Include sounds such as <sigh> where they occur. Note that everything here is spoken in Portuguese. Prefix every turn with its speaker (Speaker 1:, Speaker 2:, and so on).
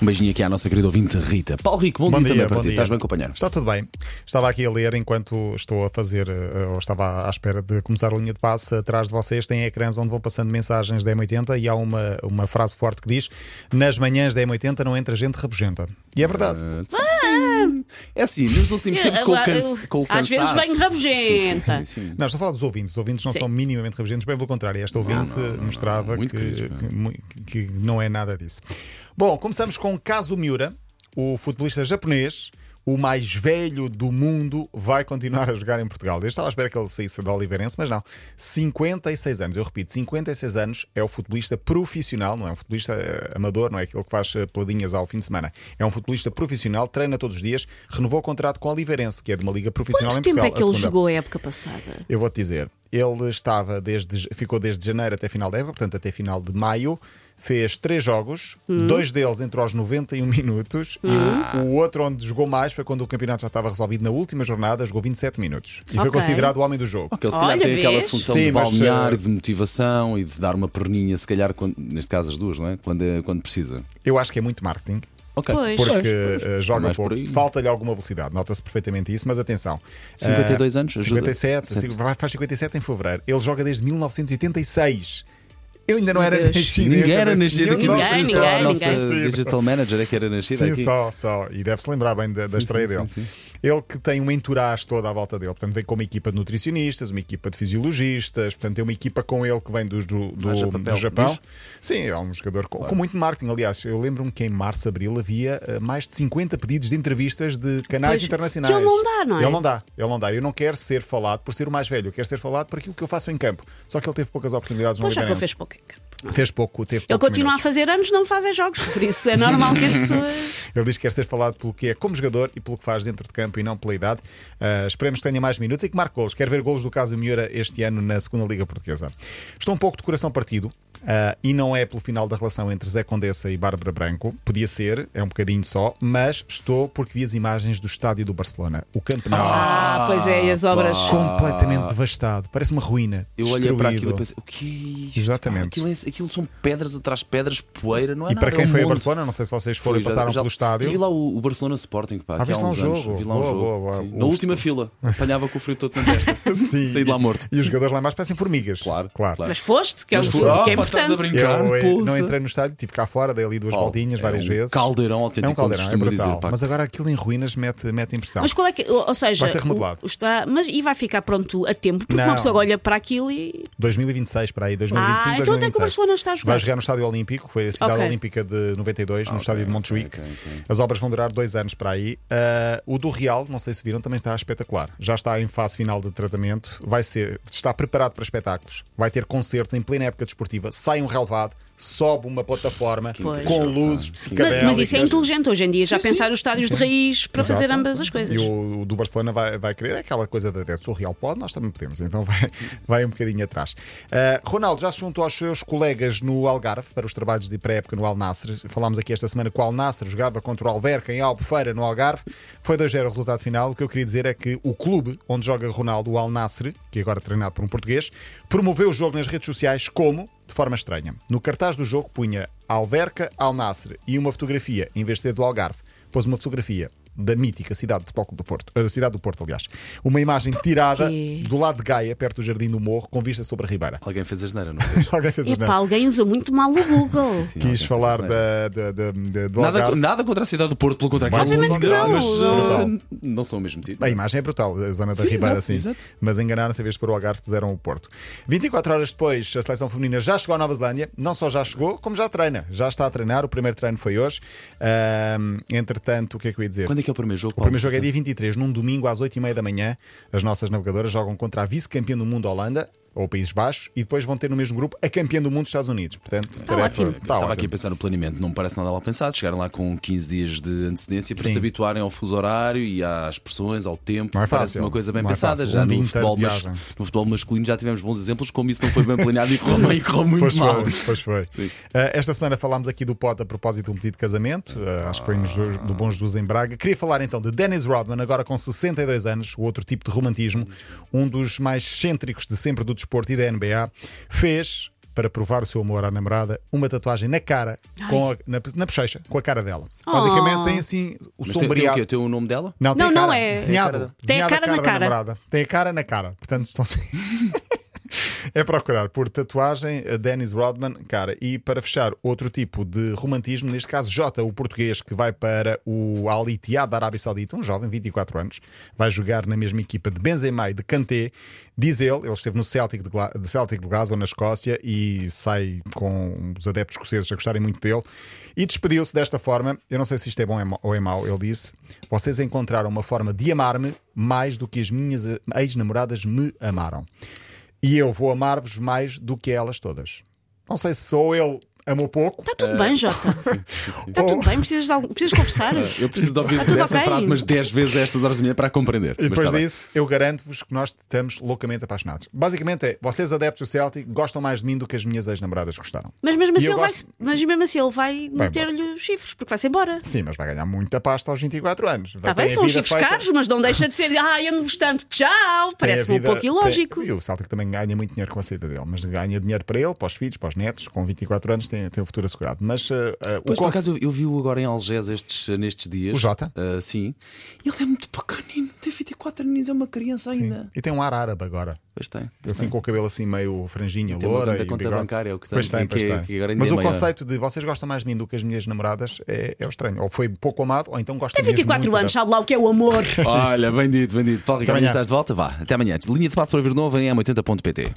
Speaker 1: Um Beijinho aqui à nossa querida ouvinte Rita. Paulo Rico, bom,
Speaker 2: Bom
Speaker 1: dia,
Speaker 2: dia,
Speaker 1: também para
Speaker 2: bom
Speaker 1: ti.
Speaker 2: dia.
Speaker 1: Estás bem, companheiro?
Speaker 2: Está tudo bem. Estava aqui a ler enquanto estou a fazer, eh, ou estava à espera de começar a linha de passe. Atrás de vocês tem ecrãs onde vão passando mensagens da M80 e há uma, uma frase forte que diz: Nas manhãs da M80 não entra gente rabugenta. E é verdade.
Speaker 1: É assim, nos últimos tempos com o,
Speaker 3: Ah! Eu-
Speaker 1: canse, com o
Speaker 3: às
Speaker 1: cansaço.
Speaker 3: vezes venho
Speaker 1: Sim,
Speaker 3: rabugenta.
Speaker 1: sim, sim, sim.
Speaker 2: Não, estou a falar dos ouvintes. Os ouvintes não
Speaker 3: Sim.
Speaker 2: são minimamente rabugentes, bem pelo contrário. Esta ouvinte mostrava
Speaker 1: Muito
Speaker 2: que,
Speaker 1: queridos,
Speaker 3: é?
Speaker 2: que mu- que não é nada disso. Bom, começamos com Kazu Miura, o futebolista japonês. O mais velho do mundo vai continuar a jogar em Portugal. Eu estava à espera que ele saísse do Oliveirense, mas não. 56 anos, eu repito, 56 anos é o futebolista profissional, não é um futebolista eh, amador, não é aquele que faz eh, peladinhas ao fim de semana. É um futebolista profissional, treina todos os dias, renovou o contrato com o Oliveirense, que é de uma liga profissional
Speaker 3: Quanto
Speaker 2: em
Speaker 3: tempo
Speaker 2: Portugal.
Speaker 3: é que
Speaker 2: a
Speaker 3: ele
Speaker 2: segunda.
Speaker 3: jogou a época passada?
Speaker 2: Eu vou-te dizer, ele estava desde, ficou desde janeiro até final da época, portanto até final de maio, fez três jogos,
Speaker 3: Hum.
Speaker 2: dois deles entrou aos 91 minutos e o, o outro onde jogou mais foi quando o campeonato já estava resolvido na última jornada, jogou 27 minutos e foi
Speaker 3: Ok.
Speaker 2: considerado o homem do jogo.
Speaker 1: Porque ele se calhar
Speaker 3: Olha,
Speaker 1: tem aquela
Speaker 3: vês?
Speaker 1: função
Speaker 2: Sim,
Speaker 1: de
Speaker 2: mas,
Speaker 1: balnear,
Speaker 2: eh,
Speaker 1: de motivação e de dar uma perninha, se calhar, quando- neste caso as duas, não é? Quando, é- quando precisa.
Speaker 2: Eu acho que é muito marketing.
Speaker 1: Ok.
Speaker 3: Pois.
Speaker 2: Porque
Speaker 1: Pois, pois.
Speaker 2: eh, joga
Speaker 1: É Mais por
Speaker 2: pouco,
Speaker 1: aí.
Speaker 2: falta-lhe alguma velocidade, nota-se perfeitamente isso, mas atenção. Eh,
Speaker 1: 52 anos, ajuda.
Speaker 2: 57,
Speaker 1: Sete.
Speaker 2: vai- faz 57 em fevereiro. Ele joga desde 1986. Eu ainda não era
Speaker 3: Deus.
Speaker 2: nascido.
Speaker 1: Ninguém era
Speaker 2: Ninguém,
Speaker 1: nascido aqui,
Speaker 3: Ninguém,
Speaker 1: só a
Speaker 3: ninguém,
Speaker 1: nossa
Speaker 3: ninguém.
Speaker 1: digital manager é que era nascida
Speaker 2: Sim,
Speaker 1: aqui.
Speaker 2: só, só. E deve-se lembrar bem da, da estreia
Speaker 1: sim,
Speaker 2: dele.
Speaker 1: sim, sim.
Speaker 2: Ele que tem uma entourage toda à volta dele. Portanto, vem com uma equipa de nutricionistas, uma equipa de fisiologistas. Portanto, tem uma equipa com ele que vem do, do, do-
Speaker 1: Haja papel,
Speaker 2: do Japão.
Speaker 1: diz?
Speaker 2: Sim, é um jogador com, com muito marketing. Aliás, eu lembro-me que em março, abril havia eh, mais de 50 pedidos de entrevistas de canais
Speaker 3: Pois,
Speaker 2: internacionais.
Speaker 3: que ele não dá, não é?
Speaker 2: Ele não dá, ele não dá. Eu não quero ser falado por ser o mais velho. Eu quero ser falado por aquilo que eu faço em campo. Só que ele teve poucas oportunidades
Speaker 3: Pois
Speaker 2: no
Speaker 3: já que ele fez
Speaker 2: Oliveirense.
Speaker 3: pouco. em campo.
Speaker 2: Fez pouco, teve
Speaker 3: Ele
Speaker 2: poucos
Speaker 3: continua a
Speaker 2: minutos.
Speaker 3: fazer anos, não faz é jogos. Por isso é normal que as pessoas.
Speaker 2: Ele diz que quer ser falado pelo que é como jogador e pelo que faz dentro de campo e não pela idade. Ah, esperemos que tenha mais minutos e que marque golos. Quero ver golos do caso Miura este ano na segunda Liga Portuguesa. Estou um pouco de coração partido. ah, e não é pelo final da relação entre Zé Condessa e Bárbara Branco, podia ser, é um bocadinho só, mas estou porque vi as imagens do estádio do Barcelona, o campeonato
Speaker 3: Ah, pois é, e as obras.
Speaker 2: completamente devastado, parece uma ruína.
Speaker 1: Eu olhei para aquilo e
Speaker 2: destruído.
Speaker 1: pensei, o que é isto?
Speaker 2: Exatamente.
Speaker 1: pá? Aquilo, é- aquilo são pedras atrás de pedras, poeira, não é
Speaker 2: E para
Speaker 1: nada,
Speaker 2: quem
Speaker 1: é um
Speaker 2: foi a
Speaker 1: mundo.
Speaker 2: Barcelona, não sei se vocês foram
Speaker 1: Fui,
Speaker 2: e
Speaker 1: já-
Speaker 2: passaram
Speaker 1: já-
Speaker 2: pelo estádio.
Speaker 1: Vi lá o, o Barcelona Sporting, pá,
Speaker 2: Ah,
Speaker 1: que é há
Speaker 2: viste lá um
Speaker 1: uns anos.
Speaker 2: jogo?
Speaker 1: Vi lá um
Speaker 2: Boa,
Speaker 1: jogo.
Speaker 2: boa, boa.
Speaker 1: sim.
Speaker 2: O
Speaker 1: Na
Speaker 2: est-
Speaker 1: última
Speaker 2: <laughs>
Speaker 1: fila, apanhava com o frio todo na testa.
Speaker 2: Sim.
Speaker 1: Saí de lá morto.
Speaker 2: E os jogadores lá em baixo parecem formigas.
Speaker 1: Claro, claro.
Speaker 3: Mas foste, que é, o
Speaker 1: Mas
Speaker 3: que
Speaker 1: fui-
Speaker 3: é
Speaker 1: Opa, estás a
Speaker 3: importante.
Speaker 1: brincar.
Speaker 2: Eu eh, não
Speaker 1: Pousa.
Speaker 2: entrei no estádio, tive cá fora, dei ali duas
Speaker 1: Paulo,
Speaker 2: voltinhas
Speaker 1: é
Speaker 2: várias
Speaker 1: um
Speaker 2: vezes.
Speaker 1: caldeirão autêntico,
Speaker 3: tipo,
Speaker 2: é um caldeirão,
Speaker 1: como
Speaker 2: é
Speaker 1: costuma
Speaker 2: brutal.
Speaker 1: dizer, pá.
Speaker 2: Mas agora aquilo em ruínas mete, mete impressão.
Speaker 3: Mas qual é que. Ou ou seja,
Speaker 2: Vai ser remodelado.
Speaker 3: o- o está, mas, e vai ficar pronto a tempo, porque
Speaker 2: Não.
Speaker 3: uma pessoa olha para aquilo e.
Speaker 2: 2026 para aí, 2025,
Speaker 3: Ah, então até que
Speaker 2: 2026.
Speaker 3: o Barcelona está a jogar.
Speaker 2: Vai jogar no Estádio Olímpico, foi a cidade
Speaker 3: Ok.
Speaker 2: olímpica de 92, no estádio de Montjuic.
Speaker 1: ok, ok.
Speaker 2: As obras vão durar dois anos para aí. Ah, o do Real, não sei se viram, também está espetacular. Já está em fase final de tratamento, vai ser, está preparado para espetáculos, vai ter concertos em plena época desportiva, sai um relevado, sobe uma plataforma
Speaker 3: Pois.
Speaker 2: com luzes
Speaker 3: Mas,
Speaker 2: psicadélicas.
Speaker 3: mas isso é inteligente hoje em dia, já
Speaker 1: Sim,
Speaker 3: pensar
Speaker 1: sim.
Speaker 3: os estádios de raiz para
Speaker 2: Exato.
Speaker 3: fazer ambas as coisas.
Speaker 2: E o, o do Barcelona vai, vai querer é aquela coisa da Dead. Se o Real pode, nós também podemos. Então vai, vai um bocadinho atrás. Ah, Ronaldo já se juntou aos seus colegas no Algarve para os trabalhos de pré-época no Al Nassr. Falámos aqui esta semana que o Al Nassr jogava contra o Alverca em Albufeira, no Algarve. Foi 2-0 o resultado final. O que eu queria dizer é que o clube onde joga Ronaldo, o Al Nassr, que agora é treinado por um português, promoveu o jogo nas redes sociais como de forma estranha. No cartaz do jogo punha Alverca, Al Nassr e uma fotografia, em vez de ser do Algarve, pôs uma fotografia da mítica cidade de Futebol Clube do Porto, eh, da cidade do Porto, aliás. Uma imagem tirada
Speaker 3: quê?
Speaker 2: do lado de Gaia, perto do Jardim do Morro, com vista sobre a Ribeira. <laughs>
Speaker 1: Alguém fez a geneira, não fez?
Speaker 2: Alguém fez
Speaker 3: Epá,
Speaker 2: asneira.
Speaker 3: alguém usa muito mal o Google.
Speaker 1: Sim, alguém
Speaker 2: Quis
Speaker 1: fez
Speaker 2: falar
Speaker 1: asneira.
Speaker 2: da, da, da, da- do
Speaker 1: Nada,
Speaker 2: Algarve.
Speaker 1: nada contra a cidade do Porto, pelo contrário.
Speaker 2: Obviamente que não.
Speaker 1: Mas uh,
Speaker 2: Brutal.
Speaker 1: não são o mesmo sítio.
Speaker 2: A imagem é brutal, a zona da
Speaker 1: Sim,
Speaker 2: Ribeira,
Speaker 1: exato,
Speaker 2: sim.
Speaker 1: exato.
Speaker 2: Mas enganaram-se a vez para o Algarve, puseram o Porto. 24 horas depois, a seleção feminina já chegou à Nova Zelândia. Não só já chegou, como já treina. Já está a treinar. O primeiro treino foi hoje. Ahm, entretanto, o que é que eu ia dizer?
Speaker 1: Quando é que é o primeiro jogo?
Speaker 2: O primeiro jogo é dia 23, num domingo às 8h30 da manhã. As nossas navegadoras jogam contra a vice-campeã do mundo Holanda, ou Países Baixos, e depois vão ter no mesmo grupo a campeã do mundo Estados Unidos. Portanto, tarefa-
Speaker 3: ótimo.
Speaker 2: Tá
Speaker 1: Estava
Speaker 2: ótimo.
Speaker 1: aqui a pensar no planeamento, não me parece nada mal pensado. Chegaram lá com 15 dias de antecedência para
Speaker 2: Sim.
Speaker 1: se habituarem ao fuso horário e às pressões, ao tempo.
Speaker 2: Não é
Speaker 1: parece
Speaker 2: fácil.
Speaker 1: uma coisa bem
Speaker 2: Não é
Speaker 1: pensada.
Speaker 2: fácil.
Speaker 1: já
Speaker 2: Um dia
Speaker 1: no
Speaker 2: inteiro
Speaker 1: futebol,
Speaker 2: de
Speaker 1: mas-
Speaker 2: viagem.
Speaker 1: no futebol masculino já tivemos bons exemplos como isso não foi bem planeado e
Speaker 2: <laughs>
Speaker 1: correu, e correu muito
Speaker 2: Pois foi,
Speaker 1: mal.
Speaker 2: pois foi.
Speaker 1: Sim.
Speaker 2: Ah, esta semana falámos aqui do Pod a propósito de um pedido de casamento, ah, acho que foi no Ju- do Bom Jesus em Braga. Queria falar então de Dennis Rodman, agora com 62 anos, o outro tipo de romantismo, um dos mais excêntricos de sempre do desporto e da NBA, fez. para provar o seu amor à namorada uma tatuagem na cara, com a- na, na bochecha, com a cara dela. Basicamente tem assim o
Speaker 1: Mas tem, tem o
Speaker 2: sombreado.
Speaker 1: quê? Tem o nome dela?
Speaker 2: Não, tem
Speaker 3: Oh. Não,
Speaker 2: a cara.
Speaker 3: não é.
Speaker 2: Desenhado.
Speaker 3: Tem a
Speaker 2: Desenhado
Speaker 3: cara na cara.
Speaker 2: da namorada. Tem a cara na cara. Portanto, estão sem. É procurar por tatuagem a Dennis Rodman, cara. E para fechar, outro tipo de romantismo, neste caso Jota, o português que vai para o Al Ittihad da Arábia Saudita, um jovem, 24 anos, vai jogar na mesma equipa de Benzema e de Kanté. Diz ele, ele esteve no Celtic de, Gla- de Celtic de Glasgow, na Escócia, e sai com os adeptos escoceses a gostarem muito dele. E despediu-se desta forma. Eu não sei se isto é bom ou é mau. Ele disse: Vocês encontraram uma forma de amar-me mais do que as minhas eh, ex-namoradas me amaram. E eu vou amar-vos mais do que elas todas. Não sei se sou ele amou pouco.
Speaker 3: Está tudo bem, Jota. Está tudo bem, precisas, de algum... precisas conversar.
Speaker 1: Eu preciso de ouvir
Speaker 3: Está Ah, tudo
Speaker 1: essa
Speaker 3: ok?
Speaker 1: frase umas 10 vezes a estas horas da manhã para a compreender.
Speaker 2: E depois
Speaker 1: tá bem.
Speaker 2: disso, eu garanto-vos que nós estamos loucamente apaixonados. Basicamente é, vocês adeptos do Celtic gostam mais de mim do que as minhas ex-namoradas gostaram.
Speaker 3: Mas mesmo
Speaker 2: E
Speaker 3: assim
Speaker 2: eu
Speaker 3: ele vai,
Speaker 2: gosto-
Speaker 3: mas mesmo assim ele vai meter-lhe os chifres, porque vai-se embora.
Speaker 2: Sim, mas vai ganhar muita pasta aos 24 anos.
Speaker 3: Está Tá bem, são os chifres caros, mas não deixa de ser. Ah, amo-vos tanto, tchau. Parece-me um pouco ilógico.
Speaker 2: E o Celtic também ganha muito dinheiro com a saída dele, mas ganha dinheiro para ele, para os filhos, para os netos, com 24 anos tem, tem o futuro assegurado. Mas eh, eh,
Speaker 1: Pois,
Speaker 2: o,
Speaker 1: por
Speaker 2: conce-
Speaker 1: acaso, eu, eu vi-o agora em Algés estes, nestes dias.
Speaker 2: O Jota?
Speaker 1: Ah, sim. Ele é muito pequenino, tem 24 aninhos, é uma criança ainda.
Speaker 2: E tem um ar árabe agora.
Speaker 1: Pois tem. pois
Speaker 2: Assim
Speaker 1: tem.
Speaker 2: com o cabelo assim meio franjinha,
Speaker 1: tem uma
Speaker 2: loura
Speaker 1: grande
Speaker 2: e
Speaker 1: conta
Speaker 2: bigode.
Speaker 1: bancária, é o que tem,
Speaker 2: Pois tem,
Speaker 1: que-
Speaker 2: pois
Speaker 1: que-
Speaker 2: tem.
Speaker 1: que agora ainda
Speaker 2: Mas
Speaker 1: é
Speaker 2: o
Speaker 1: maior.
Speaker 2: conceito de vocês gostam mais de mim do que as minhas namoradas é, é o estranho. Ou foi pouco amado, ou então gosta
Speaker 3: Tem 24 anos, sabe lá o que é o amor.
Speaker 2: <laughs>
Speaker 1: Olha, bendito, bendito. Paulo Ricardo,
Speaker 2: amanhã.
Speaker 1: estás de volta? Vá, até amanhã. Linha de passo para vir novo em m80.pt.